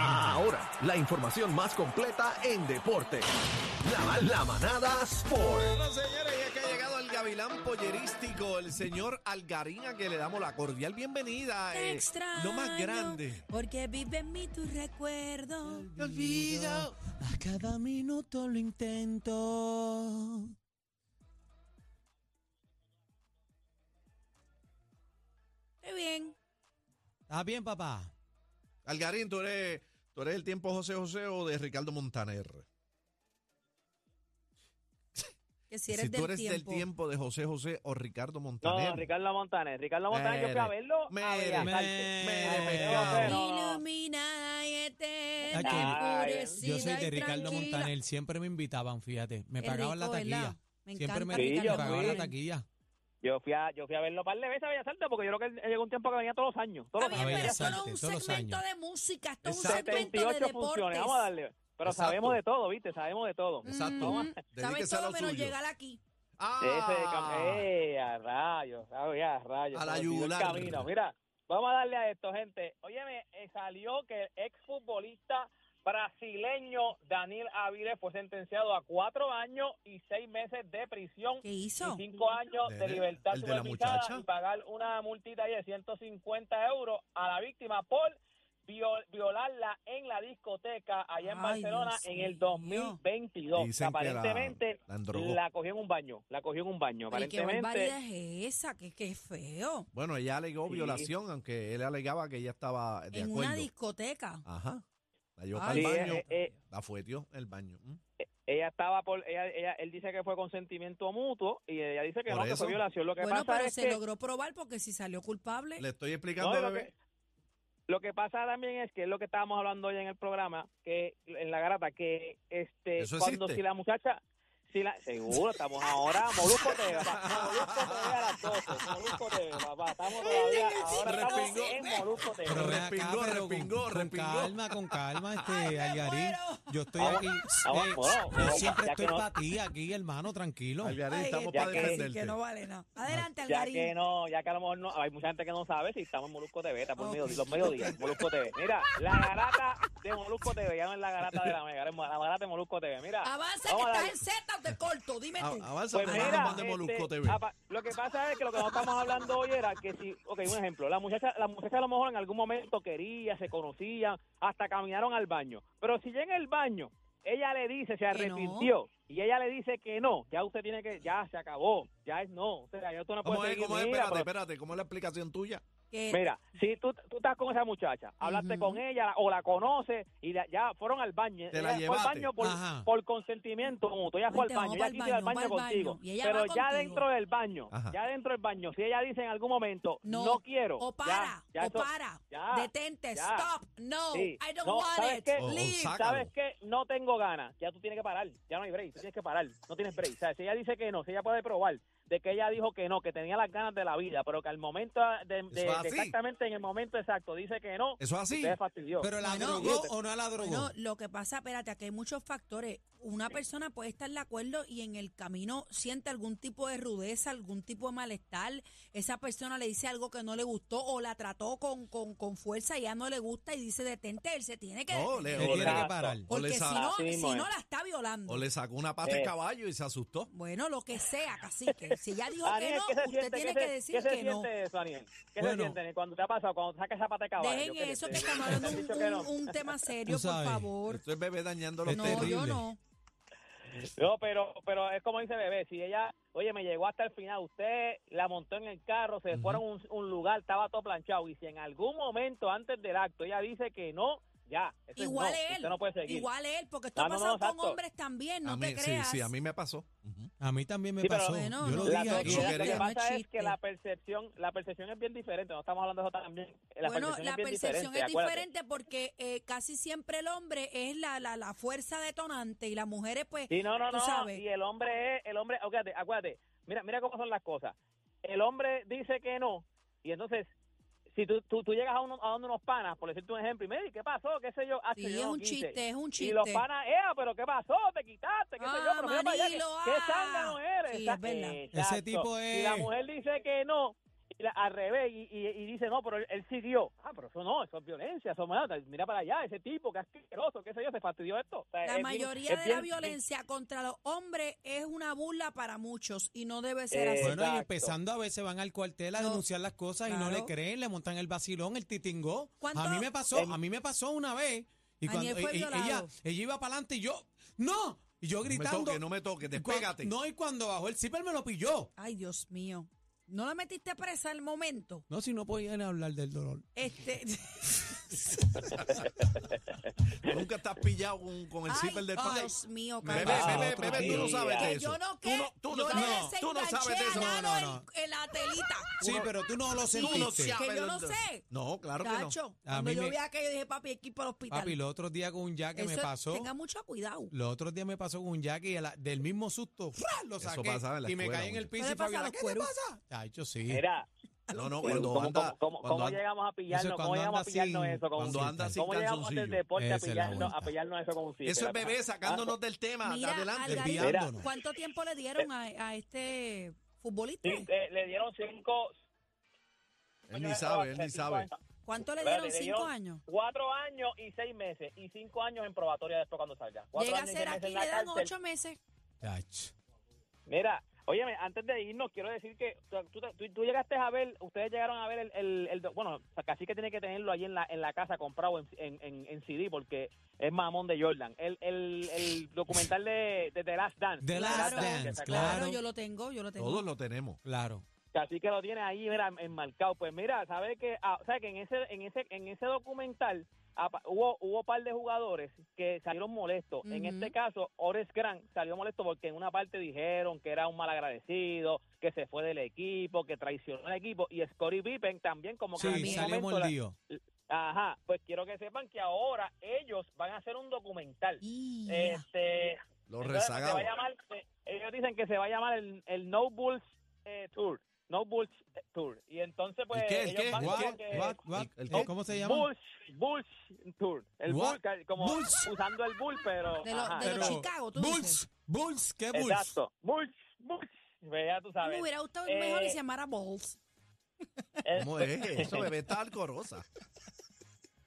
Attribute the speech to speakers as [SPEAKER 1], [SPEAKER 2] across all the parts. [SPEAKER 1] Ahora, la información más completa en deporte. La, la manada Sport.
[SPEAKER 2] Bueno, señores, y es que ha llegado el gavilán pollerístico, el señor Algarina, que le damos la cordial bienvenida.
[SPEAKER 3] Te
[SPEAKER 2] eh,
[SPEAKER 3] extraño,
[SPEAKER 2] Lo más grande.
[SPEAKER 3] Porque vive en mí tu recuerdo.
[SPEAKER 2] olvido.
[SPEAKER 4] A cada minuto lo intento.
[SPEAKER 3] Muy bien.
[SPEAKER 4] ¿Estás bien, papá?
[SPEAKER 2] Algarín, tú eres, tú eres el tiempo José José o de Ricardo Montaner.
[SPEAKER 3] Que si eres,
[SPEAKER 2] si
[SPEAKER 3] del,
[SPEAKER 2] tú eres
[SPEAKER 3] tiempo.
[SPEAKER 2] del tiempo de José José o Ricardo
[SPEAKER 5] No,
[SPEAKER 2] Montaner.
[SPEAKER 5] no, Ricardo Montaner. Ricardo Montaner, yo fui a
[SPEAKER 2] Mere,
[SPEAKER 5] verlo.
[SPEAKER 2] mere,
[SPEAKER 5] a Bellas
[SPEAKER 4] mere,
[SPEAKER 5] Artes.
[SPEAKER 2] mere,
[SPEAKER 5] Ay,
[SPEAKER 2] no,
[SPEAKER 3] Iluminada y eterna.
[SPEAKER 5] Ay,
[SPEAKER 3] enfurecida
[SPEAKER 4] Yo soy de
[SPEAKER 3] y
[SPEAKER 4] Ricardo
[SPEAKER 3] tranquila.
[SPEAKER 4] Montaner. Siempre me invitaban, fíjate. Me
[SPEAKER 3] Qué
[SPEAKER 4] pagaban la
[SPEAKER 3] rico, ¿verdad?
[SPEAKER 4] taquilla.
[SPEAKER 3] Me
[SPEAKER 4] Siempre me,
[SPEAKER 3] encanta
[SPEAKER 5] Sí,
[SPEAKER 3] Ricardo
[SPEAKER 5] yo
[SPEAKER 4] pagaban la
[SPEAKER 3] Montaner.
[SPEAKER 4] taquilla.
[SPEAKER 5] Yo fui a, yo fui a verlo un par de veces a Bellas Artes porque yo creo que él llegó un tiempo que venía todos los años. Todos
[SPEAKER 3] Está bien,
[SPEAKER 5] los
[SPEAKER 4] A
[SPEAKER 5] años.
[SPEAKER 4] ver,
[SPEAKER 3] pero
[SPEAKER 5] Bellas
[SPEAKER 3] esto no
[SPEAKER 4] exacto,
[SPEAKER 3] es un
[SPEAKER 4] todos los
[SPEAKER 3] segmento
[SPEAKER 4] años.
[SPEAKER 3] de música, esto es un
[SPEAKER 2] Exacto.
[SPEAKER 3] segmento de
[SPEAKER 5] 78 funciones, vamos a
[SPEAKER 3] deportes.
[SPEAKER 5] darle. Pero
[SPEAKER 2] Exacto.
[SPEAKER 5] sabemos de todo, ¿viste? Sabemos de todo.
[SPEAKER 2] Exacto.
[SPEAKER 3] Ujú. Sabes
[SPEAKER 2] Dedíquese a
[SPEAKER 3] todo
[SPEAKER 2] lo
[SPEAKER 3] menos
[SPEAKER 2] suyo.
[SPEAKER 3] llegar aquí.
[SPEAKER 2] Ah,
[SPEAKER 5] Ese cam- ¡Eh, a rayos! A, ver, a rayos!
[SPEAKER 2] A la
[SPEAKER 5] se me olvidó el
[SPEAKER 2] yugular.
[SPEAKER 5] camino. Mira, vamos a darle a esto, gente. Óyeme, eh, salió que el exfutbolista brasileño Daniel Aviles fue sentenciado a cuatro años y seis meses de prisión
[SPEAKER 3] ¿Qué hizo?
[SPEAKER 5] y cinco años de
[SPEAKER 2] Nene,
[SPEAKER 5] libertad
[SPEAKER 2] el de la
[SPEAKER 5] supervisada
[SPEAKER 2] muchacha.
[SPEAKER 5] y pagar una multita ahí de 150 euros a la víctima por viol- violarla en la discoteca allá en
[SPEAKER 3] Ay,
[SPEAKER 5] Barcelona
[SPEAKER 3] Dios
[SPEAKER 5] en el
[SPEAKER 3] mío.
[SPEAKER 5] 2022.
[SPEAKER 2] Dicen que la-
[SPEAKER 5] Aparentemente
[SPEAKER 2] la endrogó.
[SPEAKER 5] la cogió en un baño, la cogió en un baño.
[SPEAKER 3] Oye, qué
[SPEAKER 5] Aparentemente
[SPEAKER 3] barbaridad es esa, que, que feo.
[SPEAKER 2] Bueno, ella alegó
[SPEAKER 5] Sí.
[SPEAKER 2] violación, aunque él alegaba que ella estaba de
[SPEAKER 3] en
[SPEAKER 2] acuerdo.
[SPEAKER 3] una discoteca.
[SPEAKER 2] Ajá. La llevó
[SPEAKER 3] Ay, Eh.
[SPEAKER 2] al
[SPEAKER 5] Sí,
[SPEAKER 2] baño.
[SPEAKER 5] eh, eh,
[SPEAKER 2] La fueteó el baño. ¿Mm?
[SPEAKER 5] ella estaba por ella, ella- él dice que fue consentimiento mutuo y ella dice que
[SPEAKER 2] Por
[SPEAKER 5] no que
[SPEAKER 2] eso.
[SPEAKER 5] fue violación. Lo que
[SPEAKER 3] Bueno,
[SPEAKER 5] pasa
[SPEAKER 3] pero
[SPEAKER 5] es
[SPEAKER 3] se
[SPEAKER 5] que
[SPEAKER 3] logró probar porque si salió culpable.
[SPEAKER 2] Le estoy
[SPEAKER 5] No,
[SPEAKER 2] explicando,
[SPEAKER 5] y lo,
[SPEAKER 2] bebé.
[SPEAKER 5] que, lo que pasa también es que es lo que estábamos hablando hoy en el programa, que en la garata, que este
[SPEAKER 2] ¿Eso
[SPEAKER 5] cuando
[SPEAKER 2] existe?
[SPEAKER 5] si la muchacha, si la, seguro, estamos ahora, Molusco TV, papá, Molusco TV a las 12, Molusco TV, papá, estamos todavía, ahora estamos
[SPEAKER 2] Repingó.
[SPEAKER 5] en Molusco TV.
[SPEAKER 4] Pero ven acá,
[SPEAKER 2] respingó,
[SPEAKER 4] pero con-
[SPEAKER 2] respingó,
[SPEAKER 4] con,
[SPEAKER 2] respingó.
[SPEAKER 4] calma, con calma, este, Algarín.
[SPEAKER 3] muero.
[SPEAKER 4] Yo estoy
[SPEAKER 5] Vamos,
[SPEAKER 4] aquí.
[SPEAKER 5] vamos,
[SPEAKER 4] eh,
[SPEAKER 5] vamos,
[SPEAKER 4] yo
[SPEAKER 5] ya-
[SPEAKER 4] siempre
[SPEAKER 5] ya que
[SPEAKER 4] estoy
[SPEAKER 5] no-
[SPEAKER 4] para ti, aquí, hermano, tranquilo.
[SPEAKER 2] Algarín,
[SPEAKER 3] Ay,
[SPEAKER 2] estamos
[SPEAKER 3] que-
[SPEAKER 2] para
[SPEAKER 3] que sí,
[SPEAKER 2] defenderte. Ah,
[SPEAKER 3] que no vale nada. Adelante,
[SPEAKER 5] Ya
[SPEAKER 3] Algarín.
[SPEAKER 5] que no, ya que a lo mejor no, hay mucha gente que no sabe si estamos en Molusco TV, está por
[SPEAKER 3] Ok.
[SPEAKER 5] mediodía, los mediodías, Molusco TV. Mira, la garata de Molusco TV, ya no es la garata de la mega, ahora es la garata de Molusco TV. Mira,
[SPEAKER 3] Avanza que
[SPEAKER 5] vamos a
[SPEAKER 3] estás
[SPEAKER 5] darle.
[SPEAKER 3] en Z o te corto, dime
[SPEAKER 2] A-
[SPEAKER 3] tú.
[SPEAKER 2] Avanza,
[SPEAKER 5] Pues
[SPEAKER 2] pero
[SPEAKER 5] mira,
[SPEAKER 2] no nos mande
[SPEAKER 5] este,
[SPEAKER 2] Molusco TV.
[SPEAKER 5] apa- lo que pasa es que lo que no estamos hablando hoy era que si, ok, un ejemplo, la muchacha, la muchacha a lo mejor en algún momento quería, se conocían, hasta caminaron al baño. Pero si ya en el baño ella le dice, se arrepintió, y ella le dice que no, ya usted tiene que, ya se acabó, ya es no, o sea, ya tú no
[SPEAKER 2] ¿Cómo
[SPEAKER 5] puedes
[SPEAKER 2] es?
[SPEAKER 5] seguir,
[SPEAKER 2] ¿Cómo es?
[SPEAKER 5] mira,
[SPEAKER 2] Espérate,
[SPEAKER 5] pero-
[SPEAKER 2] espérate. ¿Cómo es la explicación tuya?
[SPEAKER 3] Que-
[SPEAKER 5] Mira, si tú, tú estás con esa muchacha, hablaste
[SPEAKER 3] Ujú.
[SPEAKER 5] con ella o la conoces y la- ya fueron al baño.
[SPEAKER 2] Te la
[SPEAKER 5] Ella fue al
[SPEAKER 2] llevaste.
[SPEAKER 5] baño por,
[SPEAKER 4] Ajá.
[SPEAKER 5] por consentimiento mutuo. Ella fue al
[SPEAKER 3] Vente, Pues vamos
[SPEAKER 5] baño, ella
[SPEAKER 3] pa'l
[SPEAKER 5] quiso ir al
[SPEAKER 3] baño,
[SPEAKER 5] baño
[SPEAKER 3] vamos pa'l
[SPEAKER 5] contigo.
[SPEAKER 3] baño. Y ella
[SPEAKER 5] pero
[SPEAKER 3] va
[SPEAKER 5] ya
[SPEAKER 3] contigo.
[SPEAKER 5] dentro del baño,
[SPEAKER 2] Ajá.
[SPEAKER 5] ya dentro del baño, si ella dice en algún momento, no,
[SPEAKER 3] No.
[SPEAKER 5] quiero.
[SPEAKER 3] o
[SPEAKER 5] ya-
[SPEAKER 3] para,
[SPEAKER 5] ya
[SPEAKER 3] o
[SPEAKER 5] eso-
[SPEAKER 3] para.
[SPEAKER 5] ya,
[SPEAKER 3] Detente,
[SPEAKER 5] ya.
[SPEAKER 3] stop, no,
[SPEAKER 5] Sí.
[SPEAKER 3] I don't
[SPEAKER 5] No,
[SPEAKER 3] want
[SPEAKER 5] ¿sabes
[SPEAKER 3] it,
[SPEAKER 5] qué?
[SPEAKER 2] O- o
[SPEAKER 3] leave.
[SPEAKER 2] saca.
[SPEAKER 5] ¿Sabes qué? No tengo ganas. Ya tú tienes que parar. Ya no hay break. Tú tienes que parar. No tienes break. O sea, si ella dice que no, si ella puede probar de que ella dijo que no, que tenía las ganas de la vida, pero que al momento, de,
[SPEAKER 2] Eso
[SPEAKER 5] de-
[SPEAKER 2] es
[SPEAKER 5] de
[SPEAKER 2] así.
[SPEAKER 5] exactamente en el momento exacto, dice que no,
[SPEAKER 2] ¿Eso es así?
[SPEAKER 5] usted fastidió.
[SPEAKER 4] Pero la
[SPEAKER 3] Bueno,
[SPEAKER 4] drogó o no la drogó.
[SPEAKER 3] Bueno, lo que pasa, espérate, aquí hay muchos factores. Una persona puede estar de acuerdo y en el camino siente algún tipo de rudeza, algún tipo de malestar. Esa persona le dice algo que no le gustó o la trató con, con, con fuerza y ya no le gusta y dice detente, él se tiene que...
[SPEAKER 2] No,
[SPEAKER 3] detener".
[SPEAKER 2] le,
[SPEAKER 4] Te
[SPEAKER 2] o,
[SPEAKER 4] tiene
[SPEAKER 2] le,
[SPEAKER 4] que parar.
[SPEAKER 2] o le
[SPEAKER 3] porque si
[SPEAKER 2] sa-
[SPEAKER 3] no,
[SPEAKER 5] Así
[SPEAKER 3] si
[SPEAKER 5] mismo es.
[SPEAKER 3] no la está violando.
[SPEAKER 2] o le sacó una pata de
[SPEAKER 5] Eh.
[SPEAKER 2] caballo y se asustó.
[SPEAKER 3] Bueno, lo que sea, cacique. Si ya dijo que
[SPEAKER 5] Daniel,
[SPEAKER 3] no,
[SPEAKER 5] ¿qué se
[SPEAKER 3] usted
[SPEAKER 5] siente?
[SPEAKER 3] tiene
[SPEAKER 5] ¿Qué
[SPEAKER 3] que
[SPEAKER 5] se-
[SPEAKER 3] decir
[SPEAKER 5] ¿Qué se
[SPEAKER 3] que no.
[SPEAKER 5] siente eso, Daniel? ¿Qué
[SPEAKER 4] Bueno.
[SPEAKER 5] se siente Daniel, cuando te ha pasado? Cuando sacas esa pata de caballo.
[SPEAKER 3] Dejen
[SPEAKER 5] ¿qué te-
[SPEAKER 3] eso,
[SPEAKER 5] te-
[SPEAKER 3] que
[SPEAKER 5] te
[SPEAKER 3] estamos
[SPEAKER 5] han
[SPEAKER 3] hablando de
[SPEAKER 5] dicho
[SPEAKER 3] un,
[SPEAKER 5] que no?
[SPEAKER 3] un- un tema serio,
[SPEAKER 4] Tú
[SPEAKER 3] por
[SPEAKER 4] sabes.
[SPEAKER 3] favor.
[SPEAKER 2] Esto es bebé dañando los
[SPEAKER 4] Es
[SPEAKER 3] No,
[SPEAKER 2] tenis.
[SPEAKER 3] yo
[SPEAKER 4] terrible.
[SPEAKER 3] no.
[SPEAKER 5] No, pero, pero es como dice Bebé, si ella, oye, me llegó hasta el final, usted la montó en el carro, se fueron a un, un lugar, estaba todo planchado, y si en algún momento antes del acto ella dice que no, Ya, eso es
[SPEAKER 3] Igual
[SPEAKER 5] no,
[SPEAKER 3] él.
[SPEAKER 5] Usted no puede seguir.
[SPEAKER 3] Igual él, porque esto
[SPEAKER 5] No,
[SPEAKER 3] ha
[SPEAKER 5] no, no,
[SPEAKER 3] pasado con
[SPEAKER 5] exacto.
[SPEAKER 3] hombres también, no
[SPEAKER 2] a mí,
[SPEAKER 3] te
[SPEAKER 2] sí,
[SPEAKER 3] creas.
[SPEAKER 2] sí, a mí me pasó. Ujú.
[SPEAKER 4] A mí también me
[SPEAKER 5] Sí, pero-
[SPEAKER 4] pasó.
[SPEAKER 3] Bueno,
[SPEAKER 4] Yo
[SPEAKER 3] no,
[SPEAKER 4] lo
[SPEAKER 5] La
[SPEAKER 4] dije
[SPEAKER 3] no,
[SPEAKER 4] aquí.
[SPEAKER 3] chico,
[SPEAKER 5] toxicidad lo que
[SPEAKER 3] no es
[SPEAKER 5] pasa es
[SPEAKER 3] chiste.
[SPEAKER 5] que la percepción, la percepción es bien diferente, no estamos hablando de eso también. La
[SPEAKER 3] bueno,
[SPEAKER 5] percepción
[SPEAKER 3] la
[SPEAKER 5] es bien
[SPEAKER 3] percepción
[SPEAKER 5] diferente,
[SPEAKER 3] es
[SPEAKER 5] acuérdate.
[SPEAKER 3] diferente porque eh, casi siempre el hombre es la, la, la fuerza detonante y las mujeres, pues,
[SPEAKER 5] Sí, no, no,
[SPEAKER 3] tú
[SPEAKER 5] no.
[SPEAKER 3] sabes.
[SPEAKER 5] Y el hombre es, el hombre, acuérdate, acuérdate, mira, mira cómo son las cosas. El hombre dice que no, y entonces, si tú, tú, tú llegas a, uno, a donde unos panas, por decirte un ejemplo, y me dices, ¿qué pasó? ¿Qué sé yo? Ah,
[SPEAKER 3] Sí,
[SPEAKER 5] yo
[SPEAKER 3] es
[SPEAKER 5] no
[SPEAKER 3] un
[SPEAKER 5] quise.
[SPEAKER 3] chiste, es un
[SPEAKER 5] Y los
[SPEAKER 3] chiste.
[SPEAKER 5] panas, ¡eh, pero qué pasó! ¡Te quitaste! ¿Qué sé yo?
[SPEAKER 3] Ah,
[SPEAKER 5] Pero mira para allá, que-
[SPEAKER 3] Manilo,
[SPEAKER 5] ¡Qué
[SPEAKER 3] ah.
[SPEAKER 5] zángano eres!
[SPEAKER 3] Sí,
[SPEAKER 5] Está-
[SPEAKER 3] es verdad.
[SPEAKER 5] Exacto.
[SPEAKER 4] Ese tipo es-
[SPEAKER 5] Y la mujer dice que no, y la- al revés, y, y- y dice, no, pero él, él sí dio. Ah, pero eso no, eso es violencia, eso es mala. Mira para allá, ese tipo, qué asqueroso, qué sé yo, se fastidió esto. O sea, es
[SPEAKER 3] La
[SPEAKER 5] bien-
[SPEAKER 3] mayoría
[SPEAKER 5] es
[SPEAKER 3] de la
[SPEAKER 5] bien-
[SPEAKER 3] violencia contra los hombres es una burla para muchos y no debe ser
[SPEAKER 5] Eh,
[SPEAKER 3] así.
[SPEAKER 4] Bueno, y
[SPEAKER 5] Exacto.
[SPEAKER 4] empezando a veces van al cuartel a
[SPEAKER 3] No.
[SPEAKER 4] denunciar las cosas y no
[SPEAKER 3] Claro.
[SPEAKER 4] le creen, le montan el vacilón, el titingó.
[SPEAKER 3] ¿Cuánto?
[SPEAKER 4] A mí me pasó,
[SPEAKER 5] El-
[SPEAKER 4] a mí me pasó una vez y cuando
[SPEAKER 3] Aniel fue
[SPEAKER 4] e- e-
[SPEAKER 3] violado.
[SPEAKER 4] ella, ella iba para adelante y yo, ¡no! Y yo gritando.
[SPEAKER 2] No me toques, no me toques, despégate.
[SPEAKER 4] Cuan- No, y cuando bajó el zipper me lo pilló.
[SPEAKER 3] Ay, Dios mío. ¿No la metiste presa al momento?
[SPEAKER 4] No, si no podían hablar del dolor.
[SPEAKER 3] Este,
[SPEAKER 2] Tú Nunca estás pillado con, con el
[SPEAKER 3] ay,
[SPEAKER 2] zipper del padre.
[SPEAKER 3] Dios mío,
[SPEAKER 2] Bebé,
[SPEAKER 3] Carlos.
[SPEAKER 4] Ah,
[SPEAKER 2] bebé,
[SPEAKER 4] otro
[SPEAKER 2] bebé, tú no
[SPEAKER 5] día.
[SPEAKER 2] sabes de
[SPEAKER 3] Que
[SPEAKER 2] eso.
[SPEAKER 3] yo no,
[SPEAKER 2] Tú
[SPEAKER 3] que,
[SPEAKER 2] no- tú no
[SPEAKER 3] yo
[SPEAKER 2] sabes-
[SPEAKER 3] le
[SPEAKER 2] tú no sabes de
[SPEAKER 3] desenganché
[SPEAKER 2] eso.
[SPEAKER 3] a
[SPEAKER 4] No,
[SPEAKER 3] Nano
[SPEAKER 4] no, no.
[SPEAKER 3] En, en la telita.
[SPEAKER 4] Sí, pero tú no lo
[SPEAKER 2] Tú no
[SPEAKER 4] sentiste.
[SPEAKER 2] sabes
[SPEAKER 3] Que yo no
[SPEAKER 2] de-
[SPEAKER 3] sé.
[SPEAKER 2] No, claro que no.
[SPEAKER 3] Cacho,
[SPEAKER 4] A
[SPEAKER 3] cuando
[SPEAKER 4] mí
[SPEAKER 3] yo
[SPEAKER 4] me-
[SPEAKER 3] vi aquello dije, papi, hay que ir para el hospital.
[SPEAKER 4] Papi, el otro día con un jack que me
[SPEAKER 3] Eso-
[SPEAKER 4] pasó.
[SPEAKER 3] Tenga mucho cuidado.
[SPEAKER 4] Los otros días me pasó con un jack y a la- del mismo susto ¡fra! lo
[SPEAKER 2] Eso
[SPEAKER 4] saqué
[SPEAKER 2] pasaba en la
[SPEAKER 4] y me
[SPEAKER 2] escuela,
[SPEAKER 4] caí en el
[SPEAKER 2] muchacho.
[SPEAKER 4] piso
[SPEAKER 3] ¿Qué
[SPEAKER 4] y
[SPEAKER 3] le pasa a
[SPEAKER 4] Fabiola,
[SPEAKER 3] los
[SPEAKER 4] ¿qué te
[SPEAKER 3] cueros?
[SPEAKER 4] pasa? Ay, yo sí.
[SPEAKER 5] Mira,
[SPEAKER 2] No, no,
[SPEAKER 5] Pero
[SPEAKER 2] cuando
[SPEAKER 5] ¿cómo,
[SPEAKER 2] anda.
[SPEAKER 5] cómo- cómo-
[SPEAKER 2] cuando
[SPEAKER 5] cómo
[SPEAKER 2] anda-
[SPEAKER 5] llegamos a pillarnos?
[SPEAKER 4] cuando
[SPEAKER 5] ¿Cómo llegamos a
[SPEAKER 4] anda
[SPEAKER 5] pillarnos
[SPEAKER 4] sin-
[SPEAKER 5] eso? Con
[SPEAKER 2] cuando
[SPEAKER 5] un
[SPEAKER 2] anda
[SPEAKER 5] zipper?
[SPEAKER 2] sin
[SPEAKER 5] ¿Cómo llegamos del
[SPEAKER 2] calzoncillo?
[SPEAKER 5] deporte a
[SPEAKER 4] Esa es la
[SPEAKER 5] pillarnos, a
[SPEAKER 4] vuelta.
[SPEAKER 5] pillarnos eso con ah, un zipper?
[SPEAKER 2] Eso es bebé sacándonos del tema.
[SPEAKER 3] Mira,
[SPEAKER 2] adelante.
[SPEAKER 3] Algarín,
[SPEAKER 4] Desviándonos.
[SPEAKER 3] ¿cuánto tiempo le dieron a, a este futbolista?
[SPEAKER 5] Sí, eh, le dieron cinco...
[SPEAKER 2] Él ni sabe, él ni sabe.
[SPEAKER 3] ¿Cuánto le
[SPEAKER 5] Espérate,
[SPEAKER 3] dieron?
[SPEAKER 5] le
[SPEAKER 3] ¿Cinco
[SPEAKER 5] dieron-
[SPEAKER 3] años?
[SPEAKER 5] Cuatro años y seis meses. Y cinco años en probatoria después cuando salga. Cuatro
[SPEAKER 3] Llega a
[SPEAKER 5] años y seis
[SPEAKER 3] ser
[SPEAKER 5] meses
[SPEAKER 3] aquí,
[SPEAKER 5] en la
[SPEAKER 3] le dan
[SPEAKER 5] cárcel.
[SPEAKER 3] ocho meses.
[SPEAKER 4] Ach.
[SPEAKER 5] Mira, óyeme, antes de irnos, quiero decir que o sea, tú, tú- tú llegaste a ver, ustedes llegaron a ver el, el, el do- bueno, o sea, casi que tiene que tenerlo ahí en la, en la casa comprado en, en, en- en CD porque es mamón de Jordan. El, el, el documental de, de The Last Dance.
[SPEAKER 4] The Last Dance,
[SPEAKER 5] que sacó.
[SPEAKER 4] Claro.
[SPEAKER 3] Claro, yo lo tengo, yo lo tengo.
[SPEAKER 2] Todos lo tenemos.
[SPEAKER 4] Claro.
[SPEAKER 5] Así que lo tiene ahí, mira, enmarcado. Pues mira, sabe que, ah, sabe que en ese, en ese, en ese documental apa- hubo, hubo par de jugadores que salieron molestos. En
[SPEAKER 3] Ujú.
[SPEAKER 5] este caso, Ores Grant salió molesto porque en una parte dijeron que era un mal agradecido, que se fue del equipo, que traicionó al equipo. Y Scottie Pippen también como que en
[SPEAKER 4] Sí,
[SPEAKER 5] algún
[SPEAKER 4] salió
[SPEAKER 5] momento la-
[SPEAKER 4] mordido.
[SPEAKER 5] Ajá, pues quiero que sepan que ahora ellos van a hacer un documental.
[SPEAKER 3] Y-
[SPEAKER 5] Este,
[SPEAKER 2] Los
[SPEAKER 5] entonces, se va
[SPEAKER 2] rezagados.
[SPEAKER 5] a llamar, eh, ellos dicen que se va a llamar el, el No Bulls eh, Tour. No Bulls eh, Tour. Y entonces, pues.
[SPEAKER 2] ¿El qué? ¿El
[SPEAKER 5] ellos
[SPEAKER 2] qué?
[SPEAKER 5] van
[SPEAKER 2] ¿What?
[SPEAKER 5] como que-
[SPEAKER 4] What, what,
[SPEAKER 2] el-
[SPEAKER 4] eh, ¿Cómo se llama?
[SPEAKER 5] Bulls, Bulls Tour. El
[SPEAKER 4] What?
[SPEAKER 5] Bull, ca- como
[SPEAKER 4] Bulls.
[SPEAKER 5] usando el Bull, pero.
[SPEAKER 3] De lo-
[SPEAKER 5] ajá,
[SPEAKER 3] de lo
[SPEAKER 5] pero-
[SPEAKER 3] Chicago, tú dices.
[SPEAKER 4] Bulls, Bulls, ¿qué Bulls?
[SPEAKER 5] Exacto. Bulls, Bulls. Pues ya tú sabes.
[SPEAKER 3] Me hubiera gustado
[SPEAKER 5] Eh,
[SPEAKER 3] mejor que se llamara Balls.
[SPEAKER 5] eh,
[SPEAKER 2] ¿Cómo es eso? Bebé está alcorosa.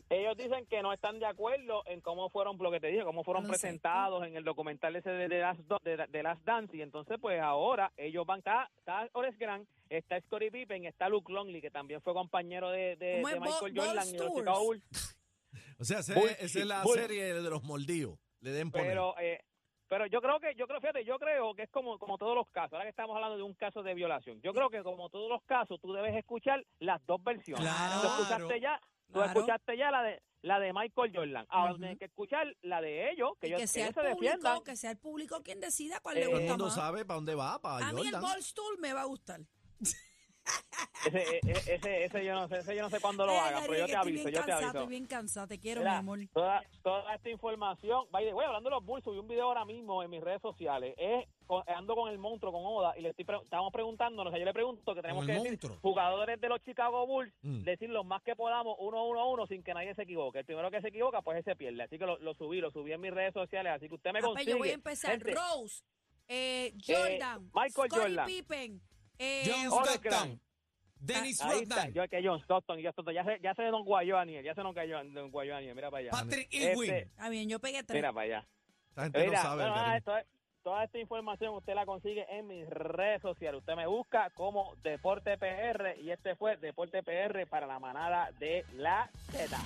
[SPEAKER 5] Ellos dicen que no están de acuerdo en cómo fueron, lo que te dije, cómo fueron
[SPEAKER 3] Baloncesto.
[SPEAKER 5] presentados en el documental ese de, de Last, Do- de, de Last Dance. Y entonces, pues ahora ellos van, está, está Ores Grant, está Scottie Pippen, está Luke Longley, que también fue compañero de, de-
[SPEAKER 3] ¿Cómo
[SPEAKER 5] de
[SPEAKER 3] es?
[SPEAKER 5] Michael
[SPEAKER 3] Bo-
[SPEAKER 5] Jordan
[SPEAKER 3] Balls
[SPEAKER 5] y los
[SPEAKER 3] Tours.
[SPEAKER 5] Chicago Bulls.
[SPEAKER 2] O sea, ese-
[SPEAKER 5] Bull-
[SPEAKER 2] esa es la
[SPEAKER 5] Bull-
[SPEAKER 2] serie de los mordidos. Le den poner.
[SPEAKER 5] Pero, eh, pero yo creo que, yo creo, fíjate, yo creo que es como, como todos los casos. Ahora que estamos hablando de un caso de violación, yo creo que como todos los casos, tú debes escuchar las dos versiones.
[SPEAKER 4] Claro.
[SPEAKER 5] Tú escuchaste ya, tú
[SPEAKER 3] Claro.
[SPEAKER 5] escuchaste ya la de la de Michael Jordan. Ahora
[SPEAKER 3] Ujú.
[SPEAKER 5] tienes que escuchar la de ellos, que,
[SPEAKER 3] Y
[SPEAKER 5] ellos,
[SPEAKER 3] que
[SPEAKER 5] que
[SPEAKER 3] sea el
[SPEAKER 5] ellos se
[SPEAKER 3] público,
[SPEAKER 5] defiendan.
[SPEAKER 3] que sea el público quien decida cuál
[SPEAKER 5] Eh,
[SPEAKER 3] le
[SPEAKER 2] Todo el
[SPEAKER 3] gusta
[SPEAKER 2] mundo
[SPEAKER 3] más.
[SPEAKER 2] sabe para dónde va, para
[SPEAKER 3] A mí Ah, el
[SPEAKER 2] Jordan.
[SPEAKER 3] Balls Tour me va a gustar.
[SPEAKER 5] Ese, eh, eh, ese, ese yo no sé, ese yo no sé cuándo lo
[SPEAKER 3] Eh,
[SPEAKER 5] hagan, pero
[SPEAKER 3] Gary,
[SPEAKER 5] yo
[SPEAKER 3] que
[SPEAKER 5] te
[SPEAKER 3] estoy bien
[SPEAKER 5] aviso, yo te
[SPEAKER 3] cansada,
[SPEAKER 5] aviso.
[SPEAKER 3] Estoy bien cansada, te quiero, mi
[SPEAKER 5] Mira,
[SPEAKER 3] amor.
[SPEAKER 5] Toda, toda esta información, by the way, hablando de los Bulls, subí un video ahora mismo en mis redes sociales. Es, con- ando con el monstruo, con Oda, y le estoy pre- estamos preguntándonos, o sea, yo le pregunto que tenemos
[SPEAKER 4] el
[SPEAKER 5] que decir
[SPEAKER 4] monstruo.
[SPEAKER 5] jugadores de los Chicago Bulls,
[SPEAKER 2] Mm.
[SPEAKER 5] decir lo más que podamos, uno, uno, uno, sin que nadie se equivoque. El primero que se equivoca, pues ese pierde. Así que lo, lo subí, lo subí en mis redes sociales, así que usted me
[SPEAKER 3] Papá,
[SPEAKER 5] consigue.
[SPEAKER 3] Ah, pues, yo voy a empezar.
[SPEAKER 5] Gente,
[SPEAKER 3] Rose, eh, Jordan,
[SPEAKER 5] Michael
[SPEAKER 3] Scottie
[SPEAKER 5] Jordan.
[SPEAKER 3] Pippen, eh,
[SPEAKER 4] John
[SPEAKER 5] Horace
[SPEAKER 4] Stockton.
[SPEAKER 5] Grant.
[SPEAKER 4] Dennis
[SPEAKER 5] Ahí está,
[SPEAKER 4] Rodman.
[SPEAKER 5] yo que John Stockton, y John Stockton, ya se, ya se nos guayó Aniel, ya se nos cayó, nos guayó Aniel, mira para allá.
[SPEAKER 4] Patrick
[SPEAKER 5] Este,
[SPEAKER 4] Ewing.
[SPEAKER 3] Está bien, yo pegué tres.
[SPEAKER 5] mira para allá.
[SPEAKER 2] Esta gente
[SPEAKER 5] Mira,
[SPEAKER 2] no sabe.
[SPEAKER 5] bueno, nada,
[SPEAKER 2] Algarín.
[SPEAKER 5] esto es- toda esta información usted la consigue en mis redes sociales. Usted me busca como Deporte PR y este fue Deporte PR para la manada de la Z.